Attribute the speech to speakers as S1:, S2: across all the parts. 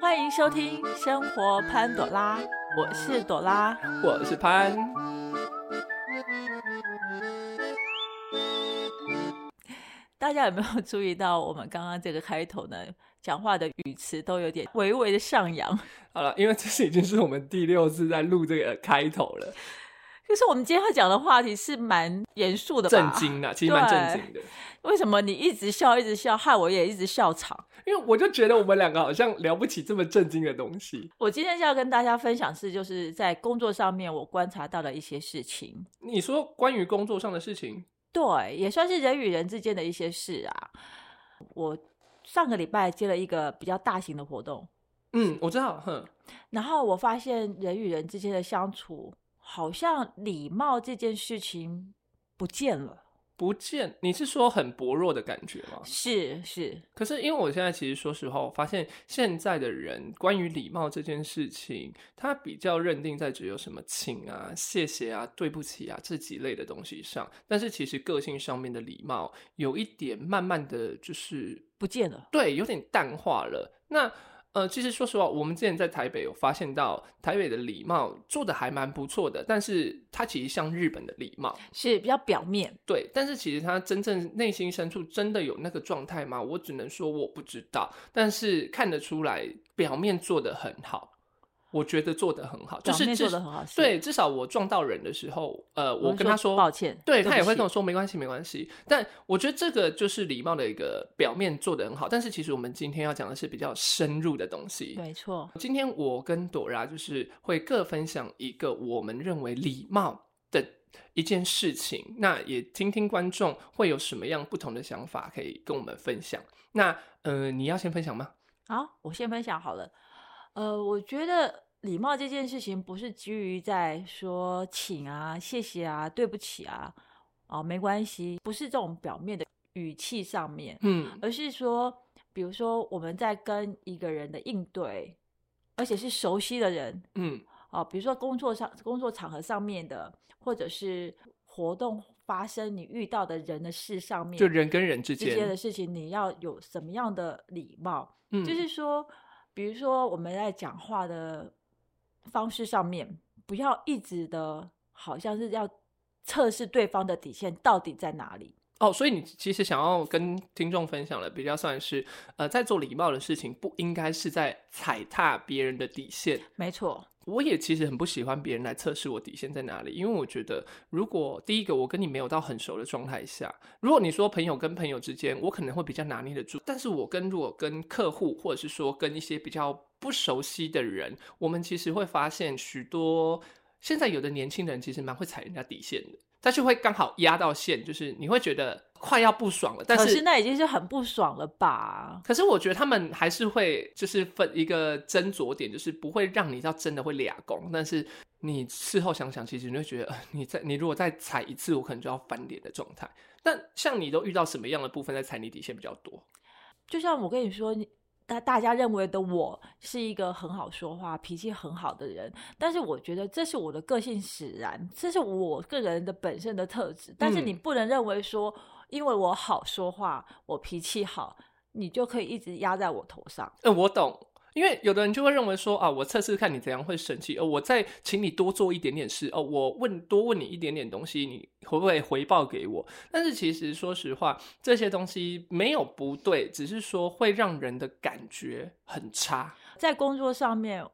S1: 欢迎收听《生活潘朵拉》，我是朵拉。
S2: 我是潘，
S1: 大家有没有注意到我们刚刚这个开头呢？讲话的语词都有点微微的上扬，
S2: 好了，因为这是已经是我们第六次在录这个呃开头了，
S1: 就是我们今天要讲的话题是蛮严肃的吧？
S2: 震惊啦，其实蛮震惊的，
S1: 为什么你一直笑，一直笑，害我也一直笑场？
S2: 因为我就觉得我们两个好像聊不起这么震惊的东西。
S1: 我今天要跟大家分享是，就是在工作上面我观察到的一些事情，
S2: 你说关于工作上的事情，
S1: 对，也算是人与人之间的一些事啊。我上个礼拜接了一个比较大型的活动，
S2: 嗯，我知道，哼，
S1: 然后我发现人与人之间的相处，好像礼貌这件事情不见了。
S2: 不见，你是说很薄弱的感觉吗？
S1: 是是，
S2: 可是因为我现在其实说实话，我发现现在的人关于礼貌这件事情，他比较认定在只有什么请啊、谢谢啊、对不起啊这几类的东西上，但是其实个性上面的礼貌有一点慢慢的就是
S1: 不见了。
S2: 对，有点淡化了。那呃，其实说实话，我们之前在台北有发现到，台北的礼貌做的还蛮不错的，但是它其实像日本的礼貌，
S1: 是比较表面，
S2: 对，但是其实它真正内心深处真的有那个状态吗？我只能说我不知道，但是看得出来，表面做的很好，我觉得做的很好，
S1: 表
S2: 就是
S1: 面
S2: 至
S1: 做的很好。是
S2: 对，，至少我撞到人的时候，呃，我
S1: 会
S2: 跟他
S1: 说
S2: 说
S1: 抱歉
S2: 对
S1: 对
S2: 他也
S1: 不
S2: 会
S1: 起
S2: 跟我说没关系，没关系。但我觉得这个就是礼貌的一个表面做得很好，但是其实我们今天要讲的是比较深入的东西。
S1: 没错，
S2: 今天我跟朵拉就是会各分享一个我们认为礼貌的一件事情，那也听听观众会有什么样不同的想法可以跟我们分享。那呃，你要先分享吗？
S1: 好，我先分享好了。呃，我觉得礼貌这件事情不是基于在说请啊、谢谢啊、对不起啊、啊没关系，不是这种表面的语气上面，
S2: 嗯，
S1: 而是说，比如说我们在跟一个人的应对，而且是熟悉的人
S2: 嗯，
S1: 啊，比如说工作上、工作场合上面的，或者是活动发生你遇到的人的事上面，
S2: 就人跟人之
S1: 之间嗯的
S2: 间，
S1: 事情，你要有什么样的礼貌？
S2: 嗯，
S1: 就是说，比如说我们在讲话的方式上面，不要一直的，好像是要测试对方的底线到底在哪里。
S2: 哦，所以你其实想要跟听众分享的，比较算是呃，在做礼貌的事情，不应该是在踩踏别人的底线。
S1: 没错，
S2: 我也其实很不喜欢别人来测试我底线在哪里，因为我觉得，如果第一个我跟你没有到很熟的状态下，如果你说朋友跟朋友之间，我可能会比较拿捏得住，但是我跟如果跟客户或者是说跟一些比较不熟悉的人，我们其实会发现许多现在有的年轻人其实蛮会踩人家底线的，但是会刚好压到线，就是你会觉得快要不爽了，但
S1: 可
S2: 是
S1: 是那已经是很不爽了吧？
S2: 可是我觉得他们还是会就是分一个斟酌点，就是不会让你到真的会俩攻，但是你事后想想，其实你会觉得，呃你再你如果再踩一次，我可能就要翻脸的状态。但像你都遇到什么样的部分在踩你底线比较多？
S1: 就像我跟你说，你大大家认为的我是一个很好说话、脾气很好的人，但是我觉得这是我的个性使然，这是我个人的本身的特质。但是你
S2: 嗯
S1: 不能认为说，因为我好说话，我脾气好，你就可以一直压在我头上。
S2: 呃，我懂，因为有的人就会认为说啊，我测试看你怎样会生气，哦，我再请你多做一点点事，哦，我问多问你一点点东西，你会不会回报给我？但是其实说实话，这些东西没有不对，只是说会让人的感觉很差。
S1: 在工作上面，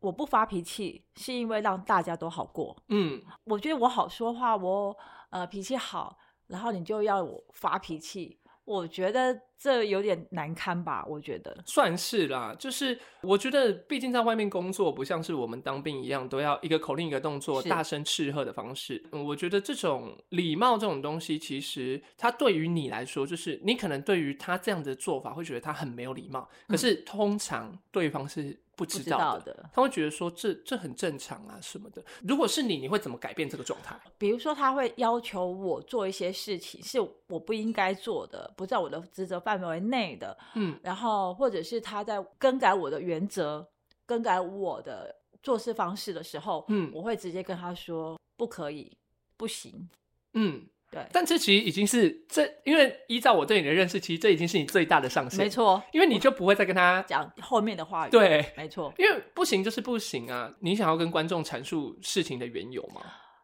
S1: 我不发脾气，是因为让大家都好过。
S2: 嗯，
S1: 我觉得我好说话，我呃脾气好，然后你就要我发脾气，我觉得这有点难堪吧？我觉得
S2: 算是啦，就是我觉得，毕竟在外面工作，不像是我们当兵一样，都要一个口令一个动作，
S1: 是
S2: 大声斥喝的方式。嗯我觉得这种礼貌这种东西，其实它对于你来说，就是你可能对于他这样的做法，会觉得他很没有礼貌，可是通常对方是不
S1: 不
S2: 知
S1: 知道
S2: 道的。
S1: 的。
S2: 他会觉得说这这很正常啊什么的。如果是你，你会怎么改变这个状态？
S1: 比如说，他会要求我做一些事情是我不应该做的，不在我的职责范围内的，
S2: 嗯，
S1: 然后或者是他在更改我的原则、更改我的做事方式的时候，
S2: 嗯
S1: 我会直接跟他说不可以、不行。
S2: 嗯，
S1: 对，
S2: 但这其实已经是这，因为依照我对你的认识，其实这已经是你最大的上限。
S1: 没，错，
S2: 因为你就不会再跟他，
S1: 讲后面的话语，
S2: 对，
S1: 没错。
S2: 因为不行就是不行啊。你想要跟观众阐述事情的缘由吗？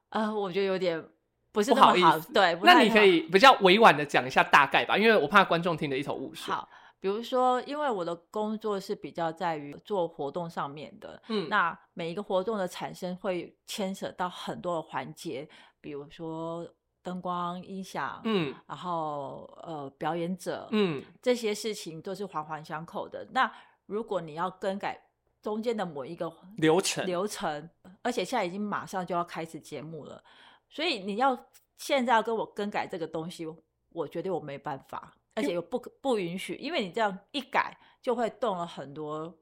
S1: 呃，我觉得有点不是
S2: 不
S1: 那么
S2: 好意思
S1: 对，不
S2: 那
S1: 太
S2: 你可以比较委婉的讲一下大概吧，因为我怕观众听得一头雾水。
S1: 好。比如说，因为我的工作是比较在于做活动上面的，
S2: 嗯，
S1: 那每一个活动的产生会牵扯到很多的环节，比如说灯光、音响，
S2: 嗯
S1: 然后呃表演者，，
S2: 嗯
S1: 这些事情都是环环相扣的。那如果你要更改中间的某一个
S2: 流程
S1: 流程，而且现在已经马上就要开始节目了，所以你要现在要跟我更改这个东西，我觉得我没办法，而且又不可不允许，因为你这样一改就会动了很多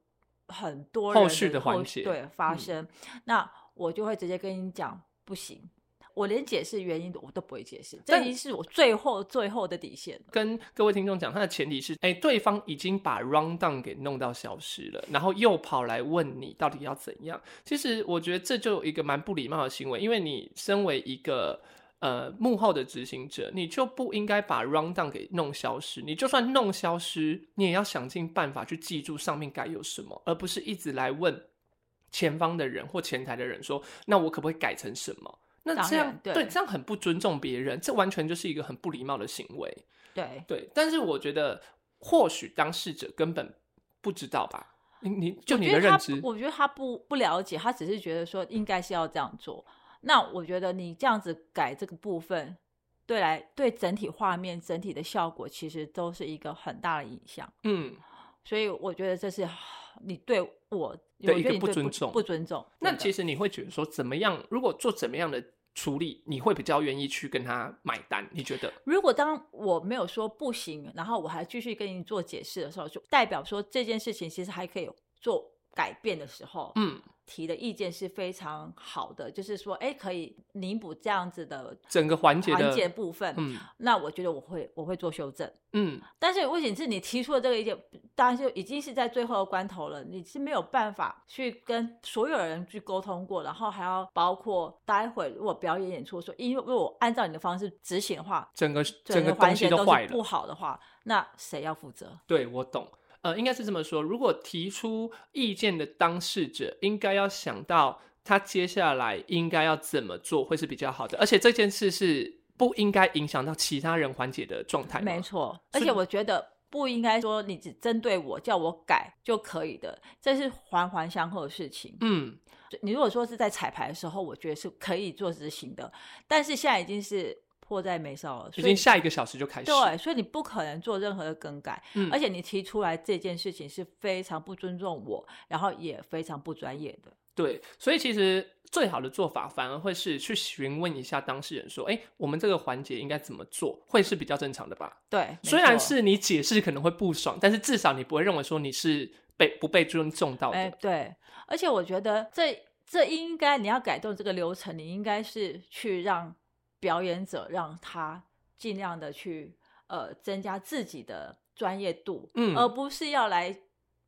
S1: 很多
S2: 后
S1: 人
S2: 续的
S1: 后
S2: 环节
S1: 对发
S2: 嗯
S1: 生，那我就会直接跟你讲不行。我连解释原因我都不会解释，这
S2: 但
S1: 已经是我最后最后的底线了。
S2: 跟各位听众讲，它的前提是，哎、对方已经把 round down 给弄到消失了，然后又跑来问你到底要怎样。其实我觉得这就有一个蛮不礼貌的行为，因为你身为一个呃幕后的执行者，你就不应该把 round down 给弄消失。你就算弄消失，你也要想尽办法去记住上面该有什么，而不是一直来问前方的人或前台的人说，那我可不可以改成什么？那
S1: 当
S2: 这样
S1: 然对
S2: 这样很不尊重别人，这完全就是一个很不礼貌的行为。
S1: 对，
S2: 对，但是我觉得或许当事者根本不知道吧，你你就
S1: 我
S2: 你
S1: 觉
S2: 的
S1: 得他
S2: 认
S1: 不
S2: 知，
S1: 我觉得他不不了解，他只是觉得说应该是要这样做。那我觉得你这样子改这个部分，对来对整体画面、整体的效果，其实都是一个很大的影响。
S2: 嗯，
S1: 所以我觉得这是你对我，
S2: 的
S1: 我
S2: 一
S1: 觉
S2: 个
S1: 得你
S2: 不
S1: 对
S2: 尊重
S1: 不尊重。
S2: 那
S1: 真的
S2: 其实你会觉得说怎么样？如果做怎么样的处理，你会比较愿意去跟他买单？你觉得？
S1: 如果当我没有说不行，然后我还继续跟你做解释的时候，就代表说这件事情其实还可以做改变的时候，
S2: 嗯，
S1: 提的意见是非常好的，就是说，哎，可以弥补这样子的
S2: 整个环节的
S1: 环节部分。
S2: 嗯
S1: 那我觉得我会我会做修正，
S2: 嗯，
S1: 但是问题是你提出的这个意见，嗯当然就已经是在最后的关头了，你是没有办法去跟所有人去沟通过，然后还要包括待会如果表演演出说，因为如果我按照你的方式执行的话，
S2: 整个
S1: 整
S2: 整个
S1: 环
S2: 东
S1: 节
S2: 西
S1: 都
S2: 坏
S1: 是
S2: 了
S1: 不。好的话，那谁要负责？
S2: 对，我懂。呃，应该是这么说。如果提出意见的当事者，应该要想到他接下来应该要怎么做会是比较好的，而且这件事是不应该影响到其他人环节的状态。
S1: 没，错，而
S2: 所以
S1: 且我觉得不应该说你只针对我叫我改就可以的，这是环环相扣的事情。
S2: 嗯，
S1: 你如果说是在彩排的时候，我觉得是可以做执行的，但是现在已经是迫在眉梢了，
S2: 已
S1: 所以
S2: 经下一个小时就开始。
S1: 对，所以你不可能做任何的更改，
S2: 嗯
S1: 而且你提出来这件事情是非常不尊重我，然后也非常不专业的。
S2: 对，所以其实最好的做法反而会是去询问一下当事人，说：“哎，我们这个环节应该怎么做，会是比较正常的吧？”
S1: 对，没
S2: 虽然
S1: 错
S2: 是你解释可能会不爽，但是至少你不会认为说你是被不被尊重到的。
S1: 哎，对，而且我觉得这这应该你要改动这个流程，你应该是去让表演者让他尽量的去呃增加自己的专业度，
S2: 嗯
S1: 而不是要来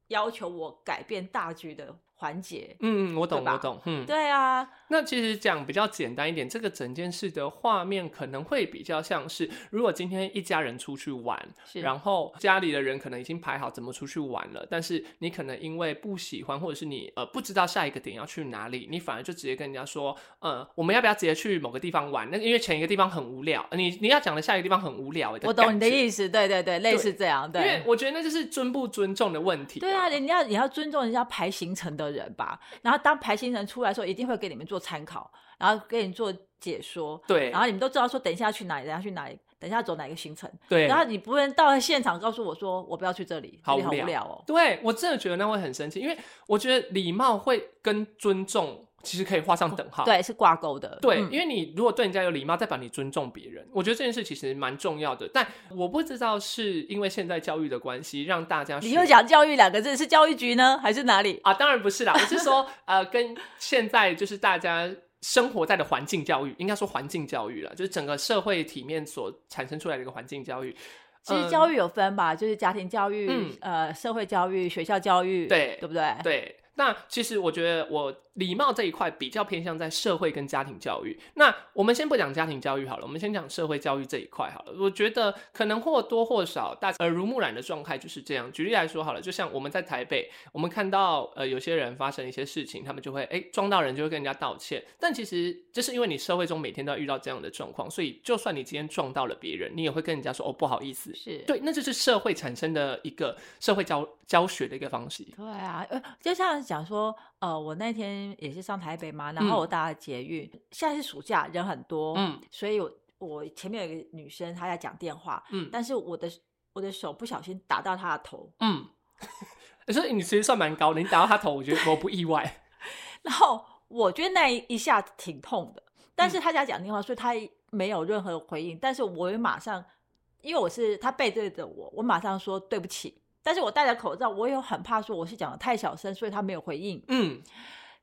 S1: 要求我改变大局的环节。
S2: 嗯，我懂，
S1: 对吧
S2: 我懂，嗯，
S1: 对啊，
S2: 那其实讲比较简单一点，这个整件事的画面可能会比较像是，如果今天一家人出去玩，
S1: 是，
S2: 然后家里的人可能已经排好怎么出去玩了，但是你可能因为不喜欢，或者是你呃不知道下一个点要去哪里，你反而就直接跟人家说，呃，我们要不要直接去某个地方玩？那因为前一个地方很无聊，呃你你要讲的下一个地方很无聊，
S1: 我懂你的
S2: 思，
S1: 意思，对对对，类似这样，
S2: 因为
S1: 对。
S2: 我觉得那就是尊不尊重的问题、
S1: 对啊，人家也要尊重人家排行程的人吧。然后当排行程出来的时候，一定会给你们做参考，然后给你做解说。
S2: 对，
S1: 然后你们都知道说等一下去哪里，等一下去哪里，等一下走哪个行程，
S2: 对，
S1: 然后你不能到了现场告诉我说我不要去这里，
S2: 好
S1: 这里好
S2: 无聊
S1: 无聊哦。
S2: 对我真的觉得那会很生气，因为我觉得礼貌会跟尊重其实可以画上等号。
S1: 对，是挂钩的。
S2: 对，
S1: 嗯
S2: 因为你如果对人家有礼貌，代表你尊重别人。我觉得这件事其实蛮重要的，但我不知道是因为现在教育的关系，让大家
S1: 你
S2: 学
S1: 又讲教育两个字，是教育局呢，还是哪里？
S2: 啊，当然不是啦，我是说呃，跟现在就是大家。生活在的环境教育，应该说环境教育了，就是整个社会体面所产生出来的一个环境教育。
S1: 其实
S2: 嗯
S1: 教育有分吧，就是家庭教育、
S2: 嗯
S1: 呃，社会教育、学校教育，
S2: 对
S1: 对不对？
S2: 对，那其实我觉得我礼貌这一块比较偏向在社会跟家庭教育。那我们先不讲家庭教育好了，我们先讲社会教育这一块好了。我觉得可能或多或少大耳濡目染的状态就是这样。举例来说好了，就像我们在台北，我们看到呃有些人发生一些事情，他们就会哎撞到人就会跟人家道歉，但其实就是因为你社会中每天都要遇到这样的状况，所以就算你今天撞到了别人，你也会跟人家说哦不好意思，
S1: 是
S2: 对，那就是社会产生的一个社会教教学的一个方式。
S1: 对啊，呃，就像讲说，呃，我那天也是上台北嘛，然
S2: 嗯
S1: 后我搭了捷运，现在是暑假，人很多，
S2: 嗯
S1: 所以我我前面有一个女生，她在讲电话，
S2: 嗯
S1: 但是我的我的手不小心打到她的头，
S2: 嗯， 所以你其实算蛮高的，你打到他头，我觉得我不意外。
S1: 然后我觉得那一一下子挺痛的，但
S2: 嗯
S1: 是她在讲电话，所以她没有任何回应，但是我也马上，因为我是她背对着我，我马上说对不起，但是我戴着口罩，我又很怕说我是讲的太小声，所以她没有回应，
S2: 嗯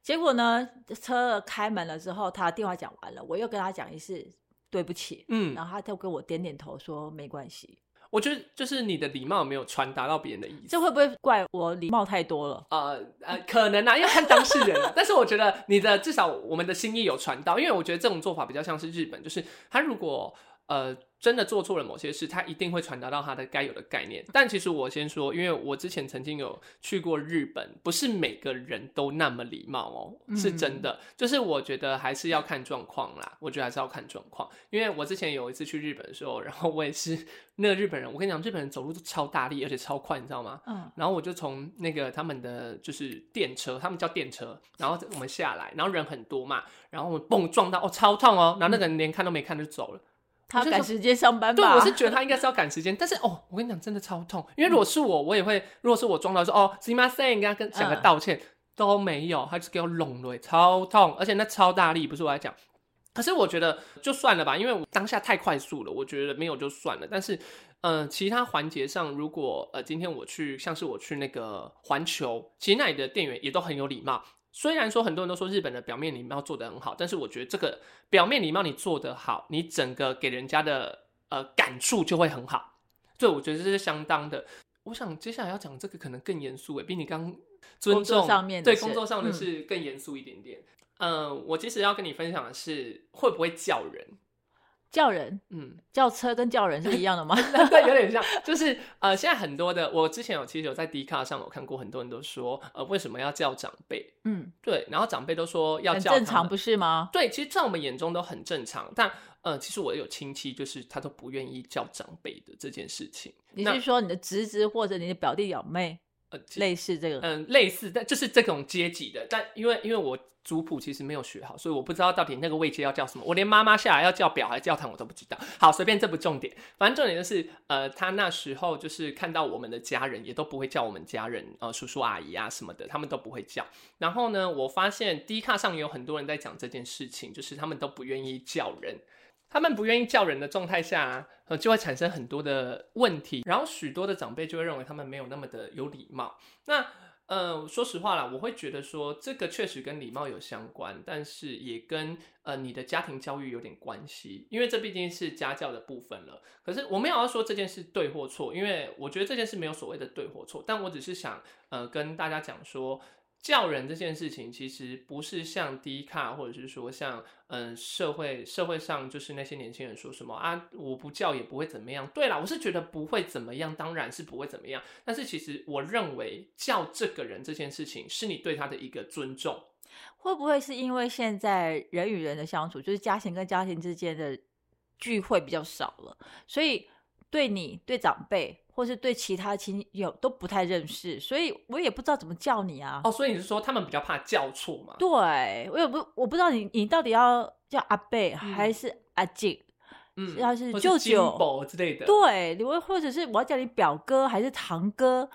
S1: 结果呢，车开门了之后，他电话讲完了，我又跟他讲一次对不起，
S2: 嗯
S1: 然，后他就跟我点点头说没关系。
S2: 我觉得就是你的礼貌没有传达到别人的意思。
S1: 这会不会怪我礼貌太多了？
S2: 呃呃，可能啊，要看当事人啊。 但是我觉得你的至少我们的心意有传到，因为我觉得这种做法比较像是日本，就是他如果呃真的做错了某些事，他一定会传达到他的该有的概念。但其实我先说，因为我之前曾经有去过日本，不是每个人都那么礼貌哦，是真的。就是我觉得还是要看状况啦，我觉得还是要看状况。因为我之前有一次去日本的时候，然后我也是 那个日本人，我跟你讲，日本人走路都超大力，而且超快，你知道吗？
S1: 嗯，
S2: 然后我就从那个他们的就是电车，他们叫电车，然后我们下来，然后人很多嘛，然后我们蹦撞到，哦，超痛哦，然后那个人连看都没看就走了。
S1: 他
S2: 我就
S1: 赶
S2: 说
S1: 时间上班
S2: 对，
S1: 吧？
S2: 我是觉得他应该是要赶时间，但是哦，我跟你讲，真的超痛，因为如果是我，我也会，如果是我撞到说哦 s i m a s e n 跟他跟讲个
S1: 嗯
S2: 道歉、都没有，他就给我拢了，超痛，而且那超大力，不是我在讲。可是我觉得就算了吧，因为我当下太快速了，我觉得没有就算了。但是，呃，其他环节上，如果呃今天我去，像是我去那个环球，其实那里的店员也都很有礼貌。虽然说很多人都说日本的表面礼貌做得很好，但是我觉得这个表面礼貌你做得好，你整个给人家的呃感触就会很好。对，我觉得这是相当的。我想接下来要讲这个可能更严肃诶，欸比你刚尊
S1: 工作
S2: 重
S1: 上面的
S2: 对
S1: 事
S2: 工作上的
S1: 嗯
S2: 是更严肃一点点。嗯，我其实要跟你分享的是会不会叫人，
S1: 叫人
S2: 嗯，
S1: 叫车跟叫人是一样的吗？
S2: 对，有点像，就是呃，现在很多的，我之前有其实有在 D 卡上有看过，很多人都说，呃，为什么要叫长辈？
S1: 嗯，
S2: 对，然后长辈都说要
S1: 很
S2: 叫
S1: 正
S2: 他
S1: 常
S2: 们
S1: 不是吗？
S2: 对，其实在我们眼中都很正常，但呃，其实我有亲戚就是他都不愿意叫长辈的这件事情。
S1: 你
S2: 那
S1: 是说你的侄子或者你的表弟表妹
S2: 呃，其
S1: 类似这个？
S2: 嗯、类似，但就是这种阶级的，但因为因为我族谱其实没有学好，所以我不知道到底那个位阶要叫什么，我连妈妈下来要叫表还是叫堂我都不知道。好，随便，这不重点，反正重点就是，呃，他那时候就是看到我们的家人也都不会叫我们家人，呃，叔叔阿姨啊什么的，他们都不会叫。然后呢，我发现 D 卡上也有很多人在讲这件事情，就是他们都不愿意叫人。他们不愿意叫人的状态下、啊，呃，就会产生很多的问题，然后许多的长辈就会认为他们没有那么的有礼貌。那呃，说实话啦，我会觉得说这个确实跟礼貌有相关，但是也跟呃你的家庭教育有点关系，因为这毕竟是家教的部分了。可是我没有要说这件事对或错，因为我觉得这件事没有所谓的对或错，但我只是想呃跟大家讲说。叫人这件事情其实不是像低卡，或者是说像嗯、呃社会社会上就是那些年轻人说什么啊，我不叫也不会怎么样。对啦，我是觉得不会怎么样，当然是不会怎么样。但是其实我认为叫这个人这件事情是你对他的一个尊重。
S1: 会不会是因为现在人与人的相处，就是家庭跟家庭之间的聚会比较少了，所以对你、对长辈或是对其他亲友都不太认识，所以我也不知道怎么叫你啊。
S2: 哦，所以你是说他们比较怕叫错嘛？
S1: 对，我也不我不知道你你到底要叫阿贝还是阿静，
S2: 嗯，
S1: 要是
S2: 或
S1: 舅
S2: 金
S1: 舅
S2: 宝之类的。
S1: 对，你会或者是我要叫你表哥还是堂哥，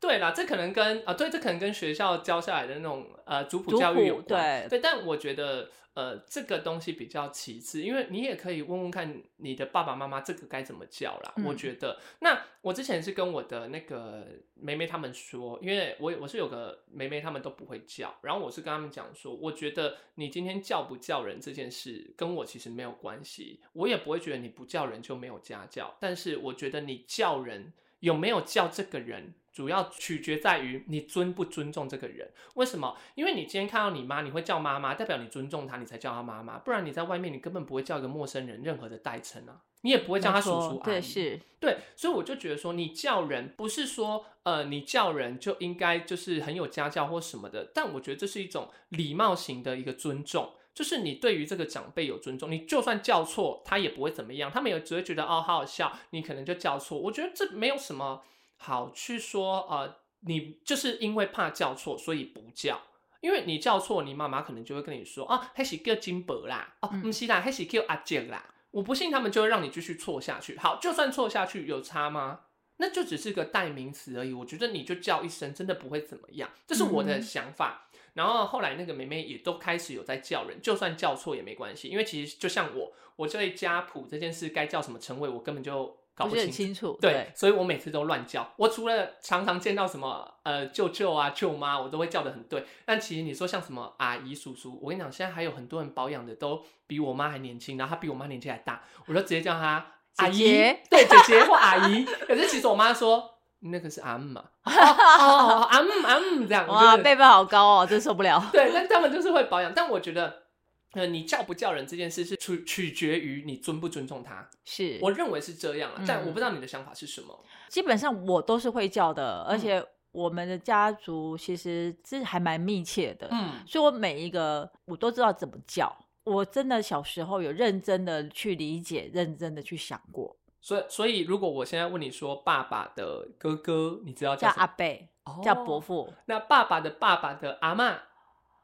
S2: 对啦，这可能跟啊、对，这可能跟学校教下来的那种呃族谱
S1: 族
S2: 教
S1: 谱
S2: 育有关。
S1: 对
S2: 对，但我觉得呃这个东西比较其次，因为你也可以问问看你的爸爸妈妈这个该怎么叫啦。
S1: 嗯
S2: 我觉得，那我之前是跟我的那个梅梅他们说，因为我我是有个梅梅他们都不会叫，然后我是跟他们讲说，我觉得你今天叫不叫人这件事跟我其实没有关系，我也不会觉得你不叫人就没有家教，但是我觉得你叫人有没有叫这个人，主要取决在于你尊不尊重这个人。为什么？因为你今天看到你妈，你会叫妈妈，代表你尊重她，你才叫她妈妈。不然你在外面，你根本不会叫一个陌生人任何的代称啊，你也不会叫她叔
S1: 没错
S2: 叔阿
S1: 对，
S2: 姨。
S1: 是
S2: 对，所以我就觉得说，你叫人不是说呃，你叫人就应该就是很有家教或什么的，但我觉得这是一种礼貌型的一个尊重，就是你对于这个长辈有尊重，你就算叫错，他也不会怎么样，他们也只会觉得哦好好笑，你可能就叫错。我觉得这没有什么好去说呃，你就是因为怕叫错，所以不叫。因为你叫错，你妈妈可能就会跟你说啊，还是叫金伯啦，哦、
S1: 嗯
S2: 不是啦，还是叫阿杰啦。我不信他们就会让你继续错下去。好，就算错下去有差吗？那就只是个代名词而已。我觉得你就叫一声，真的不会怎么样。这是我的
S1: 嗯
S2: 想法。然后后来那个妹妹也都开始有在叫人，就算叫错也没关系，因为其实就像我，我对家谱这件事该叫什么称谓，我根本就搞
S1: 不是
S2: 清
S1: 很清
S2: 楚。
S1: 楚。
S2: 对，，所以我每次都乱叫。我除了常常见到什么呃舅舅啊、舅妈，我都会叫的很对。但其实你说像什么阿姨、叔叔，我跟你讲，现在还有很多人保养的都比我妈还年轻，然后她比我妈年纪还大，我就直接叫她阿姨，
S1: 姐姐
S2: 对，姐姐或阿姨。可是其实我妈说。那个是阿姆嘛？哦哦，阿姆阿姆这样，我
S1: 哇，
S2: 就
S1: 辈分好高哦，真受不了。
S2: 对，但他们就是会保养。但我觉得，呃，你叫不叫人这件事是取取决于你尊不尊重他。
S1: 是，
S2: 我认为是这样了，但
S1: 嗯
S2: 我不知道你的想法是什么。
S1: 基本上我都是会叫的，
S2: 嗯
S1: 而且我们的家族其实是还蛮密切的，
S2: 嗯，
S1: 所以我每一个我都知道怎么叫。我真的小时候有认真的去理解，认真的去想过，
S2: 所以，所以如果我现在问你说爸爸的哥哥，你知道
S1: 叫
S2: 叫
S1: 阿
S2: 什
S1: 贝，
S2: 么？
S1: 叫
S2: 哦
S1: 伯。父。
S2: 那爸爸的爸爸的阿嬷，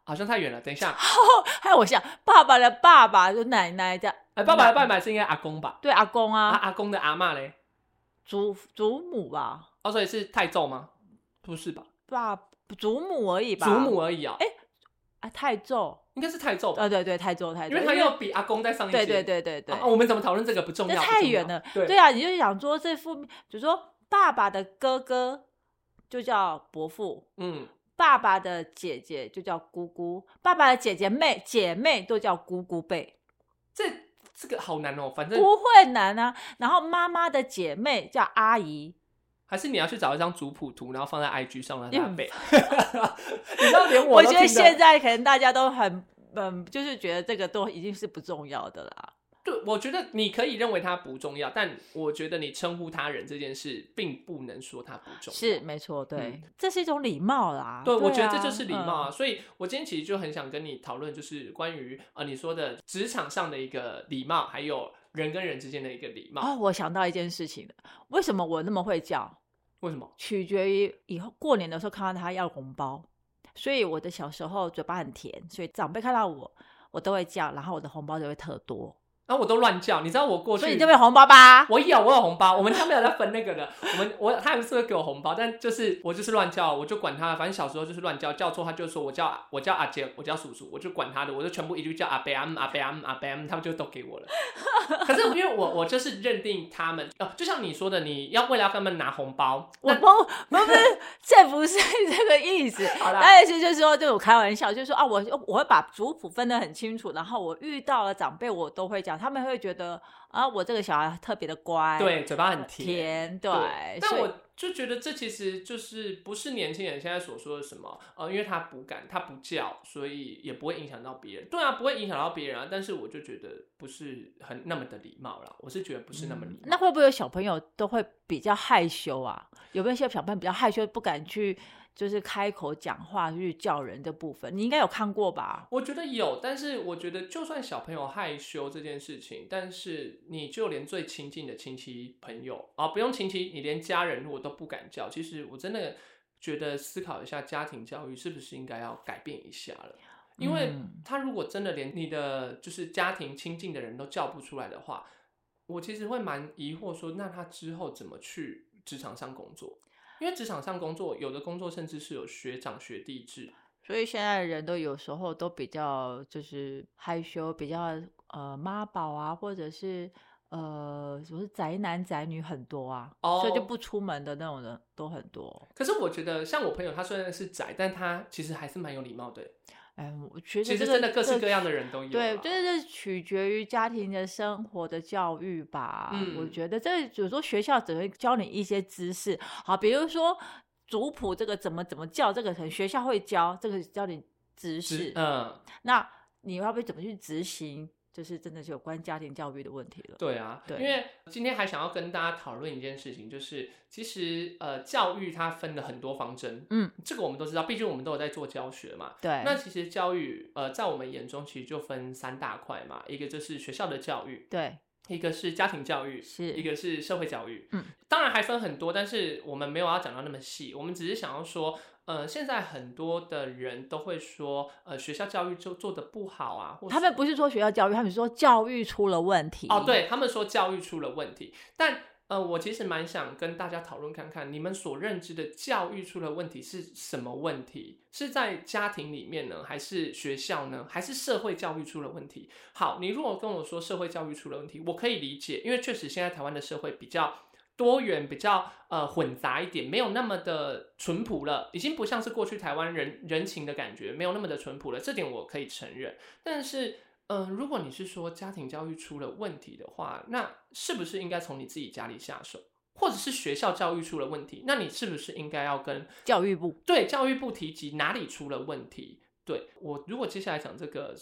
S2: 好像太远了。等 一下，
S1: 还有我想，爸爸的爸爸就奶奶叫，
S2: 哎，爸爸的爸爸是应该阿公吧？
S1: 对阿公
S2: 啊，
S1: 啊，
S2: 阿公的阿嬷嘞？
S1: 祖祖母吧，
S2: 哦，所以是太咒吗？不是吧？
S1: 爸祖母而已吧，
S2: 祖母而已啊、
S1: 哎啊太重，
S2: 应该是太咒吧
S1: 啊，对对，太重太
S2: 因
S1: 重，
S2: 为他又比阿公再上一
S1: 对
S2: 阶。
S1: 对对对对
S2: 啊。啊，我们怎么讨论这个不重
S1: 这
S2: 要，
S1: 太
S2: 不重要
S1: 远了。
S2: 对
S1: 对啊，你就想说这副，比如说爸爸的哥哥就叫伯父，
S2: 嗯，
S1: 爸爸的姐姐就叫姑姑，爸爸的姐姐妹姐妹都叫姑姑辈，
S2: 这这个好难哦。反正
S1: 不会难啊。然后妈妈的姐妹叫阿姨，
S2: 还是你要去找一张族谱图，然后放在 IG 上让
S1: 你
S2: 他
S1: 很
S2: 背。 你知道连
S1: 我
S2: 都
S1: 觉得
S2: 听
S1: 现在可能大家都很。嗯，就是觉得这个都已经是不重要的啦。
S2: 对，我觉得你可以认为它不重要，但我觉得你称呼他人这件事，并不能说它不重要。
S1: 是，没错，对，
S2: 嗯
S1: 这是一种礼貌啦。
S2: 对，我觉得
S1: 啊
S2: 这就是礼貌啊。
S1: 嗯
S2: 所以我今天其实就很想跟你讨论，就是关于呃你说的职场上的一个礼貌，还有人跟人之间的一个礼貌。
S1: 哦，我想到一件事情了，为什么我那么会叫？
S2: 为什么？
S1: 取决于以后过年的时候看到他要红包，所以我的小时候嘴巴很甜，所以长辈看到我，我都会叫，然后我的红包就会特多，
S2: 然、后啊我都乱叫，你知道我过去，
S1: 所以你这边红包吧。
S2: 我有，我有红包。我们家没有在分那个的，我们我他还是会给我红包，但就是我就是乱叫，我就管他，反正小时候就是乱叫，叫错他就说我叫我叫阿杰，我叫叔叔，我就管他的，我就全部一律叫阿伯阿姆阿伯阿姆阿伯阿姆，他们就都给我了。可是因为我我就是认定他们，呃，就像你说的，你要为了要跟他们拿红包，
S1: 我
S2: 那
S1: 不不是，这不 是这个意思。
S2: 好啦，
S1: 但是就是说，就我开玩笑，就是说啊，我我会把族谱分得很清楚，然后我遇到了长辈，我都会讲，他们会觉得啊，我这个小孩特别的乖，
S2: 对，嘴巴很甜。
S1: 甜，对。
S2: 但
S1: 所以
S2: 我就觉得这其实就是不是年轻人现在所说的什么，呃，因为他不敢，他不叫，所以也不会影响到别人。对啊，不会影响到别人啊，但是我就觉得不是很那么的礼貌啦，我是觉得不是那么礼貌。
S1: 嗯那会不会有小朋友都会比较害羞啊？有没有一些小朋友比较害羞，不敢去就是开口讲话去叫人的部分？你应该有看过吧？
S2: 我觉得有，但是我觉得就算小朋友害羞这件事情，但是你就连最亲近的亲戚朋友啊，不用亲戚，你连家人如果都不敢叫，其实我真的觉得思考一下家庭教育是不是应该要改变一下了。因为
S1: 嗯
S2: 他如果真的连你的就是家庭亲近的人都叫不出来的话，我其实会蛮疑惑说，那他之后怎么去职场上工作？因为职场上工作，有的工作甚至是有学长学弟制，
S1: 所以现在的人都有时候都比较就是害羞，比较呃妈宝啊，或者是呃什么宅男宅女很多啊所以就
S2: 哦
S1: 不出门的那种人都很多。
S2: 可是我觉得，像我朋友，他虽然是宅，但他其实还是蛮有礼貌的。
S1: 哎，我觉得
S2: 其
S1: 这
S2: 实
S1: 个
S2: 真的各式
S1: 这
S2: 各样的人都有啦。
S1: 对，就是取决于家庭的生活的教育吧。我
S2: 嗯
S1: 觉得这有时候学校只会教你一些知识，好，比如说族谱这个怎么怎么叫，这个可能学校会教，这个教你知识
S2: 是，嗯，
S1: 那你要不要怎么去执行，就是真的是有关家庭教育的问题了。
S2: 对啊，
S1: 对
S2: 因为今天还想要跟大家讨论一件事情，就是其实呃，教育它分了很多方针，
S1: 嗯，
S2: 这个我们都知道，毕竟我们都有在做教学嘛。
S1: 对，
S2: 那其实教育呃，在我们眼中其实就分三大块嘛，一个就是学校的教育，
S1: 对
S2: 一个是家庭教育，一
S1: 是，
S2: 个是社会教育，
S1: 嗯，
S2: 当然还分很多，但是我们没有要讲到那么细，我们只是想要说，呃，现在很多的人都会说，呃，学校教育就做的不好啊，或
S1: 他
S2: 是
S1: 们不是说学校教育，他们说教育出了问题。
S2: 哦，，对他们说教育出了问题，但呃，我其实蛮想跟大家讨论看看，你们所认知的教育出了问题是什么问题？是在家庭里面呢，还是学校呢，还是社会教育出了问题？好，你如果跟我说社会教育出了问题，我可以理解，因为确实现在台湾的社会比较。多元比较呃混杂一点，没有那么的淳朴了，已经不像是过去台湾人人情的感觉，没有那么的淳朴了，这点我可以承认。但是，嗯、如果你是说家庭教育出了问题的话，那是不是应该从你自己家里下手，或者是学校教育出了问题？那你是不是应该要跟
S1: 教育部
S2: 对教育部提及哪里出了问题？对我，如果接下来讲这个，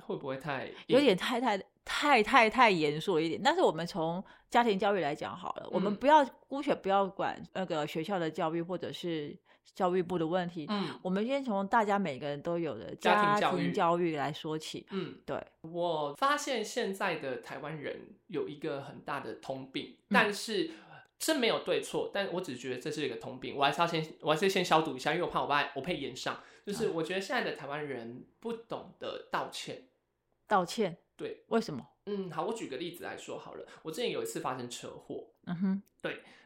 S2: 会不会太
S1: 有
S2: 硬
S1: 点太太太太太严肃了一点，但是我们从家庭教育来讲好了，我们
S2: 嗯
S1: 不要姑且不要管那个学校的教育或者是教育部的问题，
S2: 嗯
S1: 我们先从大家每个人都有的
S2: 家庭
S1: 家
S2: 教育
S1: 庭教育来说起。
S2: 嗯，
S1: 对，
S2: 我发现现在的台湾人有一个很大的通病，但是这没有对错，但我只觉得这是一个通病。我还是要先，我还是先消毒一下，因为我怕我把我被延上。就是我觉得现在的台湾人不懂得道歉。
S1: 道歉，
S2: 对，
S1: 为什么？
S2: 嗯，好，我举个例子来说好了。我之前有一次发生车祸，
S1: 嗯哼，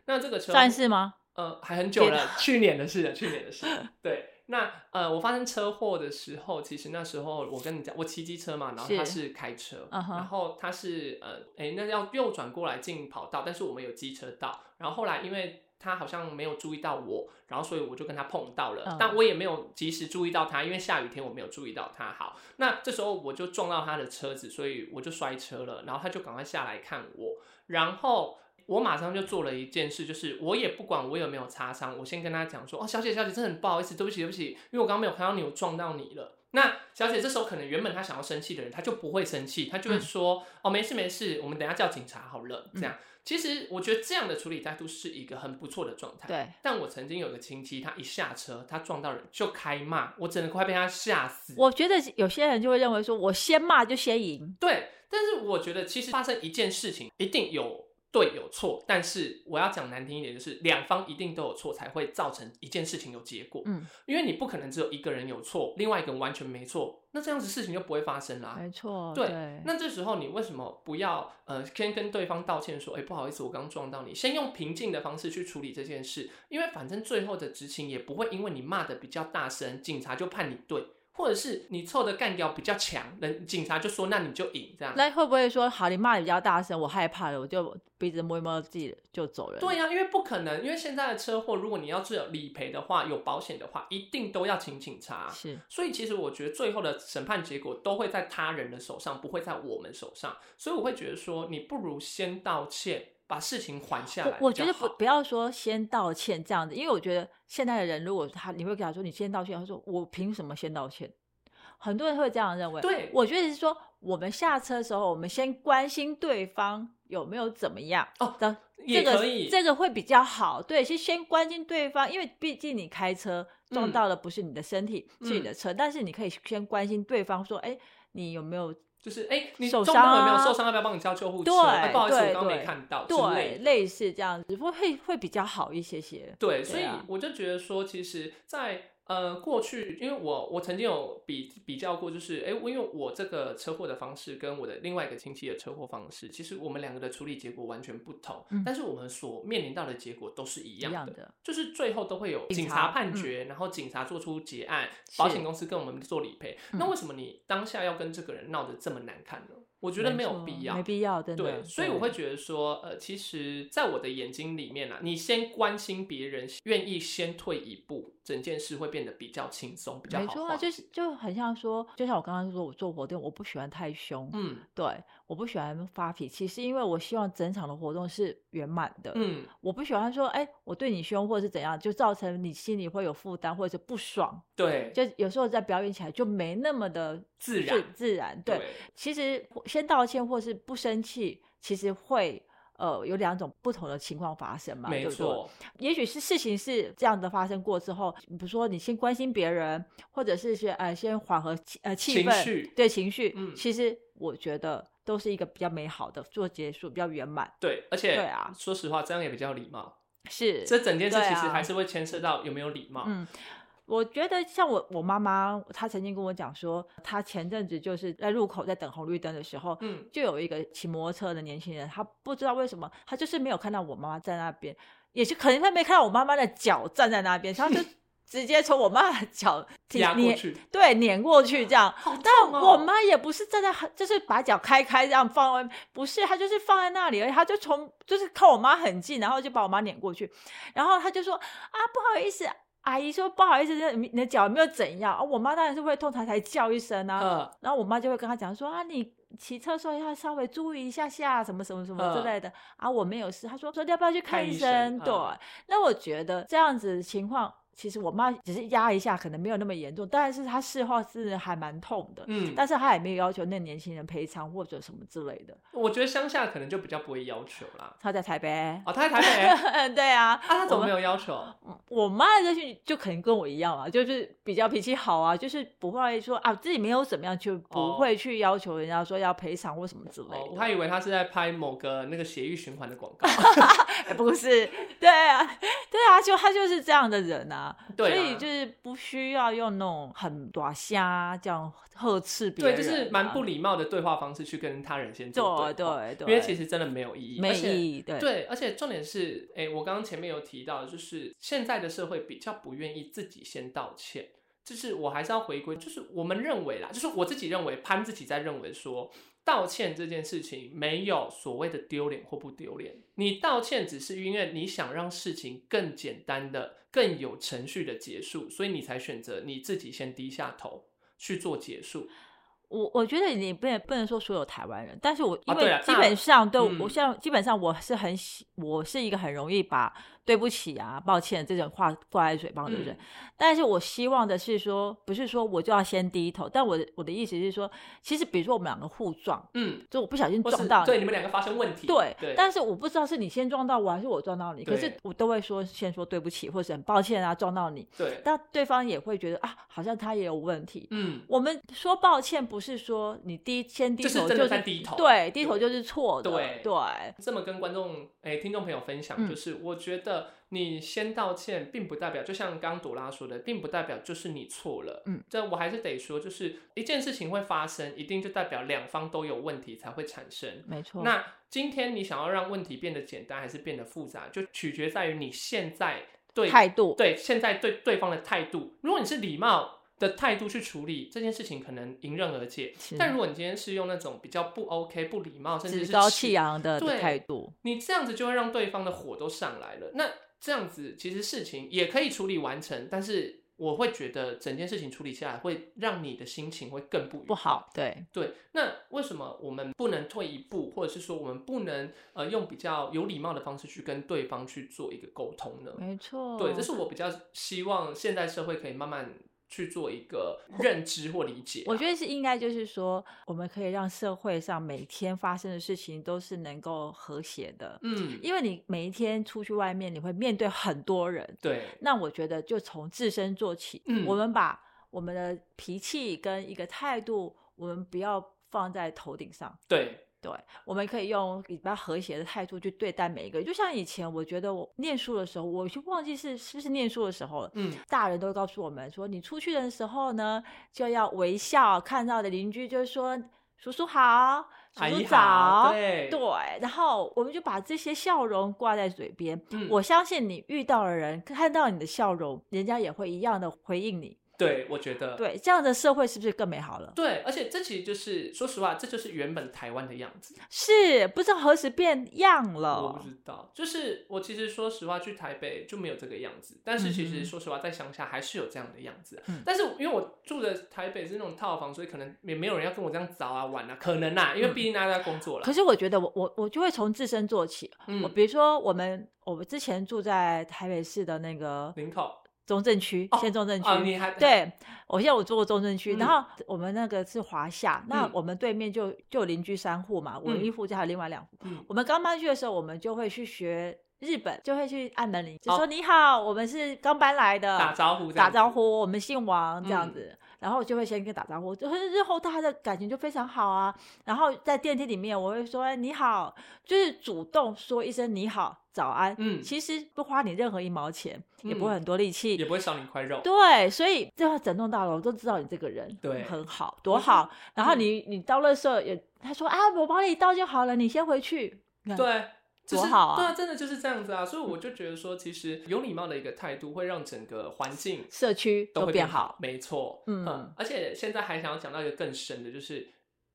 S2: 那这个车祸
S1: 上一次吗？
S2: 呃，还很久
S1: 天
S2: 了，去年的事了，去年的事。对，那呃，我发生车祸的时候，其实那时候我跟你讲，我骑机车嘛，然后
S1: 是
S2: 他是开车，
S1: 嗯哼
S2: 然后他是呃，哎、那要右转过来进跑道，但是我们有机车道，然后后来因为。他好像没有注意到我，然后所以我就跟他碰到了，
S1: 嗯
S2: 但我也没有及时注意到他，因为下雨天我没有注意到他。好，那这时候我就撞到他的车子，所以我就摔车了，然后他就赶快下来看我，然后我马上就做了一件事，就是我也不管我有没有擦伤，我先跟他讲说，哦，小姐，小姐，真的很不好意思，对不起，对不起，因为我刚刚没有看到你，我撞到你了。那小姐这时候可能原本她想要生气的人，她就不会生气，她就会说，哦，没事没事，我们等一下叫警察好了。这样，其实我觉得这样的处理态度是一个很不错的状态。
S1: 对，
S2: 但我曾经有一个亲戚，他一下车，他撞到人就开骂，我真的快被他吓死。
S1: 我觉得有些人就会认为说，我先骂就先赢。
S2: 对，但是我觉得其实发生一件事情，一定有对有错，但是我要讲难听一点，就是两方一定都有错，才会造成一件事情有结果。
S1: 嗯，
S2: 因为你不可能只有一个人有错，另外一个人完全没错，那这样子事情就不会发生啦。
S1: 没错，
S2: 啊对
S1: 对，
S2: 那这时候你为什么不要呃先跟对方道歉说，哎、不好意思，我刚撞到你，先用平静的方式去处理这件事，因为反正最后的执勤也不会因为你骂的比较大声，警察就判你对，或者是你凑的干掉比较强，人警察就说那你就赢这样。
S1: 那会不会说，好，你骂的比较大声，我害怕了，我就鼻子摸一摸自己就走人？
S2: 对呀、因为不可能，因为现在的车祸，如果你要是有理赔的话，有保险的话，一定都要请警察。
S1: 是，
S2: 所以其实我觉得最后的审判结果都会在他人的手上，不会在我们手上。所以我会觉得说，你不如先道歉，把事情缓下来
S1: 我我觉得
S2: 比较
S1: 不
S2: 好
S1: 不要说先道歉这样子，因为我觉得现在的人，如果他你会给他说你先道歉，他说我凭什么先道歉？很多人会这样认为。
S2: 对
S1: 我觉得是说我们下车的时候，我们先关心对方有没有怎么样
S2: 哦
S1: 的。
S2: 也
S1: 这个
S2: 可以。
S1: 这个会比较好，对，是先关心对方，因为毕竟你开车撞
S2: 嗯
S1: 到的不是你的身体，是你
S2: 嗯
S1: 的车，但是你可以先关心对方，说，哎，你有没有
S2: 就是哎、你
S1: 受
S2: 中到
S1: 伤
S2: 有没有
S1: 啊
S2: 受伤？要不要帮你叫救护车？
S1: 对
S2: 哎不好意思，我
S1: 对
S2: 刚刚没
S1: 对
S2: 看到之类
S1: 对，
S2: 的
S1: 类似这样子，会会会比较好一些些。
S2: 对，所以
S1: 啊
S2: 我就觉得说，其实在，呃过去，因为我我曾经有比比较过，就是哎，我因为我这个车祸的方式跟我的另外一个亲戚的车祸方式，其实我们两个的处理结果完全不同，
S1: 嗯
S2: 但是我们所面临到的结果都是一
S1: 一
S2: 样的，
S1: 样的，
S2: 就是最后都会有警察嗯判决，然后警察做出结案，
S1: 是
S2: 保险公司跟我们做理赔。
S1: 嗯
S2: 那为什么你当下要跟这个人闹得这么难看呢？我觉得没有
S1: 错
S2: 必要，
S1: 没必要，真的。
S2: 对，所以我会觉得说，呃，其实，在我的眼睛里面啊，你先关心别人，愿意先退一步，整件事会变得比较轻松，比较
S1: 没
S2: 好
S1: 错
S2: 化
S1: 啊，
S2: 解。
S1: 就是就很像说，就像我刚刚说，我做活动，我不喜欢太凶，
S2: 嗯
S1: 对，我不喜欢发脾气，是因为我希望整场的活动是圆满的，
S2: 嗯，
S1: 我不喜欢说，哎、我对你凶或者是怎样，就造成你心里会有负担或者是不爽，
S2: 对，
S1: 就有时候在表演起来就没那么的
S2: 自然
S1: 自然，对，其实先道歉或是不生气，其实会呃有两种不同的情况发生嘛，
S2: 没
S1: 对不对？
S2: 错，
S1: 也许是事情是这样的发生过之后，比如说你先关心别人，或者是先呃先缓和气呃气
S2: 情
S1: 氛，
S2: 绪
S1: 对情绪，
S2: 嗯
S1: 其实我觉得都是一个比较美好的做结束，比较圆满，
S2: 对，而且
S1: 对啊
S2: 说实话，这样也比较礼貌。
S1: 是
S2: 这整件事
S1: 对
S2: 其
S1: 啊
S2: 实还是会牵涉到有没有礼貌。
S1: 嗯，我觉得像我我妈妈，她曾经跟我讲说，她前阵子就是在路口在等红绿灯的时候，
S2: 嗯
S1: 就有一个骑摩托车的年轻人，他不知道为什么，他就是没有看到我妈妈在那边，也是可能他没看到我妈妈的脚站在那边，他 就直接从我妈的脚踢
S2: 压过
S1: 碾
S2: 去，
S1: 对碾过去这 样。
S2: 好
S1: 但
S2: 痛哦
S1: 我妈也不是站在很，就是把脚开开这样放外面，不是，她就是放在那里而已。她就从就是靠我妈很近，然后就把我妈撵过去，然后她就说啊，不好意思，阿姨说不好意思，这你的脚有没有怎样？啊、我妈当然是会痛，她才叫一声啊。
S2: 呃，
S1: 然后我妈就会跟她讲说啊，你骑车的时候要稍微注意一下下，什么什么什么之
S2: 嗯
S1: 类的、啊。我没有事，她说说要不要去看
S2: 看
S1: 医
S2: 医
S1: 生？
S2: 生
S1: 对，
S2: 嗯
S1: 那我觉得这样子的情况。其实我妈只是压一下，可能没有那么严重，但是她事后是还蛮痛的，
S2: 嗯，
S1: 但是她也没有要求那年轻人赔偿或者什么之类的。
S2: 我觉得乡下可能就比较不会要求啦。
S1: 她在台北，
S2: 哦，他在台北啊，
S1: 对啊，
S2: 他怎
S1: 我
S2: 么
S1: 们
S2: 没有要求？
S1: 我妈的个性就可能跟我一样啊，就是比较脾气好啊，就是不会说啊自己没有怎么样，就
S2: 哦
S1: 不会去要求人家说要赔偿或什么之类的。
S2: 哦，我还以为他是在拍某个那个血液循环的广告。
S1: 哎不是，对啊，对啊，就他就是这样的人啊，
S2: 对啊
S1: 所以就是不需要用那种很短瞎这样呵斥别
S2: 对，
S1: 人、啊
S2: 就是蛮不。礼貌的对话方式去跟他人先做
S1: 对
S2: 对话
S1: 对对，
S2: 因为其实真的没有意义，
S1: 没
S2: 而且
S1: 意义，对
S2: 对，而且重点是，哎、我刚刚前面有提到，就是现在的社会比较不愿意自己先道歉，就是我还是要回归，就是我们认为啦，就是我自己认为，潘自己在认为说，道歉这件事情没有所谓的丢脸或不丢脸，你道歉只是因为你想让事情更简单的、更有程序的结束，所以你才选择你自己先低下头去做结束。
S1: 我我觉得你不能不能说所有台湾人，但是我因
S2: 啊对
S1: 为
S2: 啊
S1: 基
S2: 大
S1: 本上对,、
S2: 嗯
S1: 我像基本上我是很喜，我是一个很容易把对不起啊、抱歉这种话挂在嘴巴的人，
S2: 嗯
S1: 但是我希望的是说，不是说我就要先低头，但我的我的意思是说，其实比如说我们两个互撞，
S2: 嗯，
S1: 就我不小心
S2: 或是
S1: 撞到
S2: 对你们两个发生问题，
S1: 对，
S2: 对，
S1: 但是我不知道是你先撞到我还是我撞到你，可是
S2: 对
S1: 我都会说先说对不起或者很抱歉啊撞到你，
S2: 对，
S1: 但对方也会觉得啊好像他也有问题，
S2: 嗯，
S1: 我们说抱歉，不是说你低先低
S2: 就是
S1: 头
S2: 真
S1: 就
S2: 的
S1: 是
S2: 在低头
S1: 对，低头就是错的，
S2: 对
S1: 对
S2: 这么跟观众诶、听众朋友分享，
S1: 嗯
S2: 就是我觉得你先道歉，并不代表，就像刚朵拉说的，并不代表就是你错了。
S1: 嗯，
S2: 这我还是得说，就是一件事情会发生，一定就代表两方都有问题才会产生。
S1: 没错。
S2: 那今天你想要让问题变得简单还是变得复杂，就取决在于你现在对
S1: 态度
S2: 对现在对对方的态度。如果你是礼貌的态度去处理这件事情，可能迎刃而解
S1: 是。
S2: 但如果你今天是用那种比较不 OK、不礼貌，甚至
S1: 趾
S2: 是
S1: 高
S2: 耻
S1: 气扬的
S2: 对
S1: 态度，
S2: 你这样子就会让对方的火都上来了。那这样子其实事情也可以处理完成，但是我会觉得整件事情处理下来会让你的心情会更不愉快
S1: 不。好，对，
S2: 对，那为什么我们不能退一步，或者是说我们不能呃用比较有礼貌的方式去跟对方去做一个沟通呢？
S1: 没错，
S2: 对，这是我比较希望现代社会可以慢慢去做一个认知或理解啊、
S1: 我觉得是应该就是说，我们可以让社会上每天发生的事情都是能够和谐的，
S2: 嗯，
S1: 因为你每一天出去外面，你会面对很多人，
S2: 对，
S1: 那我觉得就从自身做起，
S2: 嗯
S1: 我们把我们的脾气跟一个态度，我们不要放在头顶上。
S2: 对，
S1: 对，我们可以用比较和谐的态度去对待每一个人。就像以前，我觉得我念书的时候，我就忘记是是不是念书的时候了。
S2: 嗯，
S1: 大人都会告诉我们说，你出去的时候呢，就要微笑，看到的邻居就说“叔叔好”“叔
S2: 阿
S1: 叔
S2: 姨
S1: 早
S2: 好，”，对，
S1: 对，然后我们就把这些笑容挂在嘴边。
S2: 嗯
S1: 我相信你遇到的人看到你的笑容，人家也会一样的回应你。
S2: 对，我觉得
S1: 对，这样的社会是不是更美好了？
S2: 对，而且这其实就是说实话，这就是原本台湾的样子。
S1: 是，不知道何时变样
S2: 我不
S1: 了。
S2: 知道，就是我其实说实话，去台北就没有这个样子，但是其
S1: 嗯
S2: 实
S1: 哼
S2: 说实话，在乡下还是有这样的样子啊、
S1: 嗯
S2: 但是因为我住的台北是那种套房，所以可能也没有人要跟我这样早啊晚啊，可能啊，因为毕竟大家在工作了
S1: 嗯可。是我觉得我，我我就会从自身做起。我
S2: 嗯，
S1: 比如说，我们我们之前住在台北市的那个
S2: 零头
S1: 中正区，县中正区。
S2: 啊，你还，
S1: 对，我现在我住过中正区，然
S2: 嗯
S1: 后我们那个是华夏，那
S2: 嗯
S1: 我们对面就就有邻居三户嘛，我
S2: 嗯
S1: 一户家还有另外两户。
S2: 嗯
S1: 我们刚搬去的时候，我们就会去学日本，就会去按门铃，就
S2: 哦
S1: 说你好，我们是刚搬来的，
S2: 打招呼，
S1: 打招，呼，我们姓王这样
S2: 嗯
S1: 子，然后就会先跟打招呼，就是日后大家的感情就非常好啊。然后在电梯里面，我会说哎你好，就是主动说一声你好、早安，
S2: 嗯
S1: 其实不花你任何一毛钱，也不会
S2: 嗯
S1: 很多力气，
S2: 也不会少你一块肉。
S1: 对，所以这整栋大楼都知道你这个人，
S2: 对
S1: 很好，多
S2: 我觉得
S1: 好。然后
S2: 嗯
S1: 你、你到垃圾也，他说啊，我帮你倒就好了，你先回去。你看，
S2: 对，就是
S1: 多好啊嗯
S2: 对啊，真的就是这样子啊，所以我就觉得说，其实有礼貌的一个态度会让整个环境
S1: 社区
S2: 都
S1: 都
S2: 会
S1: 变
S2: 好
S1: 好。，
S2: 没错，
S1: 嗯
S2: 而且现在还想要讲到一个更深的，就是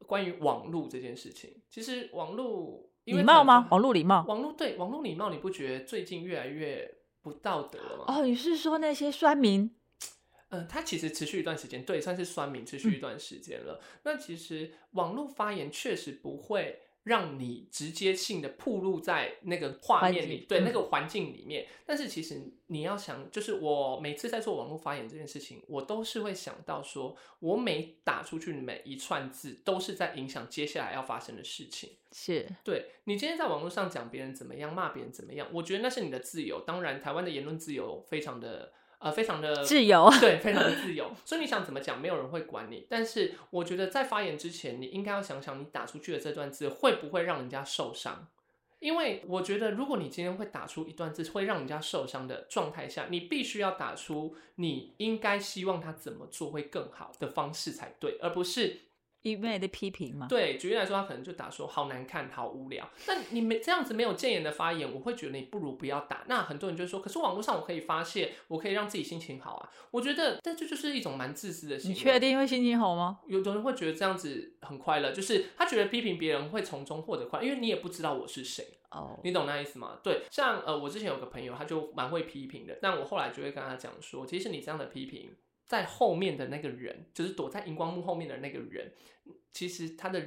S2: 关于网络这件事情。其实网络因为
S1: 礼貌
S2: 很
S1: 吗？
S2: 多
S1: 网络礼 貌？
S2: 网络对网络礼貌，你不觉得最近越来越不道德了吗？
S1: 哦，你是说那些酸民？
S2: 嗯，它其实持续一段时间，对，算是酸民持
S1: 嗯
S2: 续一段时间了。那其实网络发言确实不会让你直接性的暴露在那个画
S1: 环
S2: 面里
S1: 境，
S2: 对、那
S1: 嗯
S2: 个环境里面。但是其实你要想，就是我每次在做网络发言这件事情，我都是会想到说，我每打出去的每一串字，都是在影响接下来要发生的事情。
S1: 是
S2: 对你今天在网络上讲别人怎么样，骂别人怎么样，我觉得那是你的自由。当然，台湾的言论自由非常的呃，非常的
S1: 自由
S2: 对，非常的自由。所以你想怎么讲，没有人会管你。但是我觉得在发言之前，你应该要想想，你打出去的这段字会不会让人家受伤。因为我觉得，如果你今天会打出一段字会让人家受伤的状态下，你必须要打出你应该希望他怎么做会更好的方式才对，而不是
S1: 一昧的批评吗？
S2: 对，举例来说，他可能就打说好难看，好无聊。但你没这样子没有谏言的发言，我会觉得你不如不要打。那很多人就说，可是网络上我可以发泄，我可以让自己心情好啊。我觉得，但这就是一种蛮自私的行
S1: 你
S2: 为。
S1: 确？定会心情好吗？
S2: 有的人会觉得这样子很快乐，就是他觉得批评别人会从中获得快乐，因为你也不知道我是谁。
S1: 哦，
S2: 你懂那意思吗？对，像呃，我之前有个朋友，他就蛮会批评的，但我后来就会跟他讲说，其实你这样的批评，在后面的那个人，就是躲在荧光幕后面的那个人，其实他的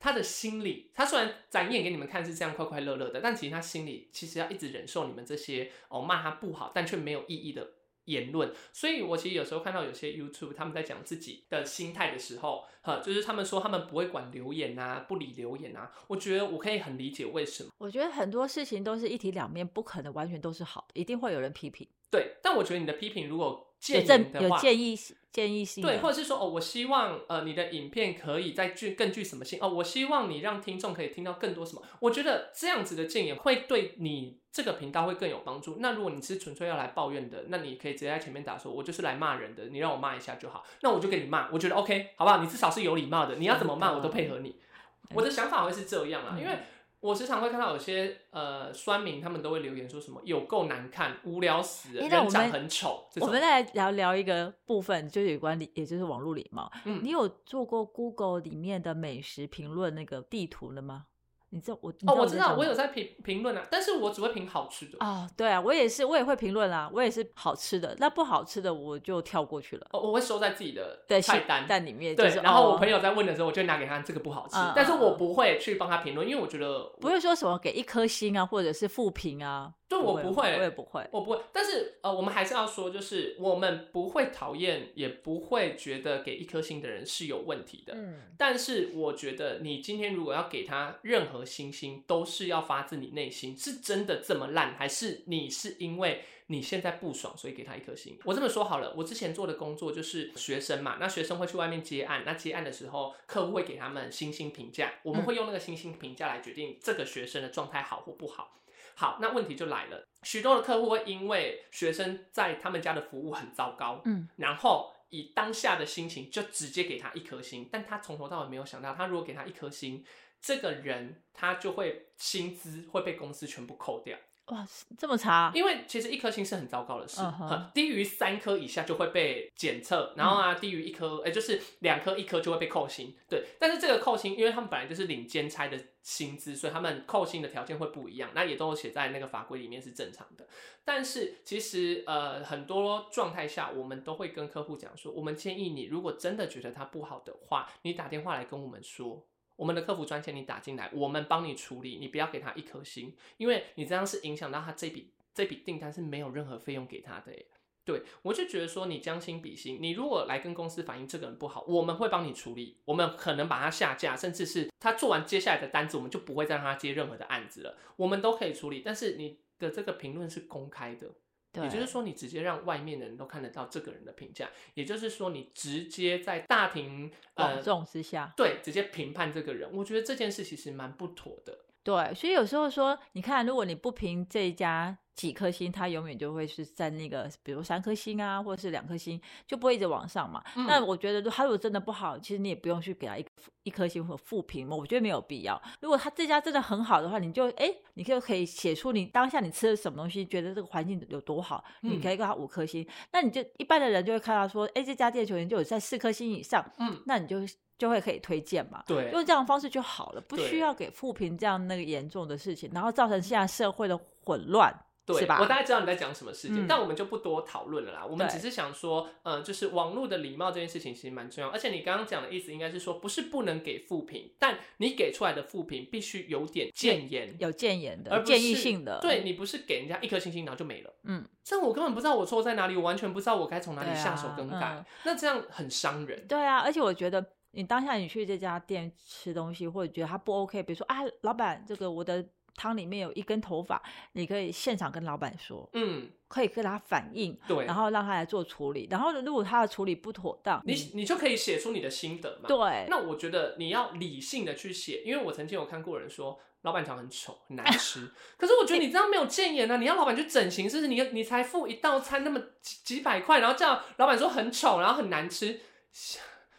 S2: 他的心里，他虽然展演给你们看是这样快快乐乐的，但其实他心里其实要一直忍受你们这些哦骂他不好，但却没有意义的。言论，所以我其实有时候看到有些 YouTube 他们在讲自己的心态的时候，哈，就是他们说他们不会管留言啊，不理留言啊，我觉得我可以很理解为什么。
S1: 我觉得很多事情都是一体两面，不可能完全都是好的，一定会有人批评，
S2: 对，但我觉得你的批评如果
S1: 有
S2: 建
S1: 正
S2: 言的
S1: 有
S2: 话，
S1: 建议建议性的，
S2: 对，或者是说哦，我希望呃你的影片可以再具更具什么性哦，我希望你让听众可以听到更多什么，我觉得这样子的建言会对你这个频道会更有帮助。那如果你是纯粹要来抱怨的，那你可以直接在前面打说，我就是来骂人的，你让我骂一下就好，那我就给你骂，我觉得 OK，好不好？你至少是有礼貌的，你要怎么骂我都配合你。 我的想法会是这样啊，
S1: 嗯
S2: 因为我时常会看到有些呃酸民，他们都会留言说什么有够难看、无聊死了，
S1: 诶那
S2: 人
S1: 我
S2: 长
S1: 们
S2: 很丑这
S1: 我
S2: 种。
S1: 们再来聊聊一个部分，就是有关礼，也就是网络礼貌。
S2: 嗯
S1: 你有做过 Google 里面的美食评论那个地图了吗？你知道我你
S2: 哦，我
S1: 在
S2: 知道，
S1: 讲
S2: 我
S1: 什么
S2: 有在评评论啊，但是我只会评好吃的。
S1: 哦，对啊，我也是，我也会评论啦，我也是好吃的，那不好吃的我就跳过去了。
S2: 哦，我会收在自己的
S1: 对，
S2: 菜
S1: 是
S2: 单。
S1: 蛋里面就
S2: 对
S1: 是，，
S2: 然后我
S1: 哦
S2: 朋友在问的时候，我就拿给他这个不好吃
S1: 嗯，
S2: 但是
S1: 嗯
S2: 我
S1: 嗯
S2: 不会去帮他评论，因为我觉得我
S1: 不会说什么给一颗星啊，或者是负评啊，
S2: 对我
S1: 不
S2: 不
S1: 我也
S2: 会，
S1: 不会。
S2: 我不会。但是呃，我们还是要说，就是我们不会讨厌，也不会觉得给一颗星的人是有问题的。
S1: 嗯，
S2: 但是我觉得你今天如果要给他任何星星，都是要发自你内心，是真的这么烂，还是你是因为你现在不爽，所以给他一颗星？我这么说好了，我之前做的工作就是学生嘛，那学生会去外面接案，那接案的时候，客户会给他们星星评价，我们
S1: 嗯
S2: 会用那个星星评价来决定这个学生的状态好或不好。好，那问题就来了，许多的客户会因为学生在他们家的服务很糟糕，
S1: 嗯，
S2: 然后以当下的心情就直接给他一颗星，但他从头到尾没有想到，他如果给他一颗星，这个人他就会薪资会被公司全部扣掉，
S1: 哇，这么差？
S2: 因为其实一颗星是很糟糕的事
S1: 嗯哼
S2: 呃低于三颗以下就会被检测，然后啊，
S1: 嗯
S2: 低于一颗，哎、就是两颗一颗就会被扣薪。对，但是这个扣薪，因为他们本来就是领兼差的薪资，所以他们扣薪的条件会不一样，那也都写在那个法规里面是正常的。但是其实呃，很多状态下，我们都会跟客户讲说，我们建议你，如果真的觉得它不好的话，你打电话来跟我们说。我们的客服专线你打进来，我们帮你处理，你不要给他一颗星，因为你这样是影响到他这笔这笔订单是没有任何费用给他的耶。对，我就觉得说你将心比心，你如果来跟公司反映这个人不好，我们会帮你处理，我们可能把他下架，甚至是他做完接下来的单子，我们就不会再让他接任何的案子了，我们都可以处理。但是你的这个评论是公开的，
S1: 对，
S2: 也就是说，你直接让外面的人都看得到这个人的评价，也就是说，你直接在大庭
S1: 广
S2: 呃
S1: 众之下，
S2: 对直接评判这个人，我觉得这件事其实蛮不妥的。
S1: 对，所以有时候说，你看，如果你不评这一家几颗星，它永远就会是在那个，比如三颗星啊，或者是两颗星，就不会一直往上嘛。
S2: 嗯
S1: 那我觉得，它如果真的不好，其实你也不用去给它一个负一颗星或负评嘛，我觉得没有必要。如果它这家真的很好的话，你就哎，你就可以写出你当下你吃了什么东西，觉得这个环境有多好，你
S2: 嗯
S1: 可以给它五颗星。那你就一般的人就会看到说，哎，这家店球员就有在四颗星以上，
S2: 嗯，
S1: 那你就就会可以推荐嘛。
S2: 对，
S1: 用这样的方式就好了，不需
S2: 对
S1: 要给负评这样那个严重的事情，然后造成现在社会的混乱，
S2: 对，
S1: 是吧？
S2: 我大概知道你在讲什么事情，
S1: 嗯
S2: 但我们就不多讨论了啦。我们
S1: 对
S2: 只是想说，呃，就是网络的礼貌这件事情其实蛮重要。而且你刚刚讲的意思应该是说，不是不能给负评，但你给出来的负评必须有点谏言，
S1: 有谏言
S2: 而
S1: 的、
S2: 不
S1: 建议
S2: 是
S1: 性的，
S2: 对，你不是给人家一颗星星然后就没了。
S1: 嗯，
S2: 这样我根本不知道我错在哪里，我完全不知道我该从哪里
S1: 对啊
S2: 下手更改，
S1: 嗯
S2: 那这样很伤人。
S1: 对啊。而且我觉得你当下你去这家店吃东西，或者觉得它不 OK，比如说啊，老板，这个我的汤里面有一根头发，你可以现场跟老板说，
S2: 嗯，
S1: 可以跟他反映，
S2: 对。
S1: 然后让他来做处理。然后如果他的处理不妥当，
S2: 你
S1: 嗯
S2: 你就可以写出你的心得嘛。
S1: 对
S2: 那我觉得你要理性的去写，因为我曾经有看过人说老板肠很丑，很难 吃。可是我觉得你这样没有谏言啊！你让老板去整形，是不是你你才付一道餐那么几几百块，然后叫老板说很丑，然后很难吃，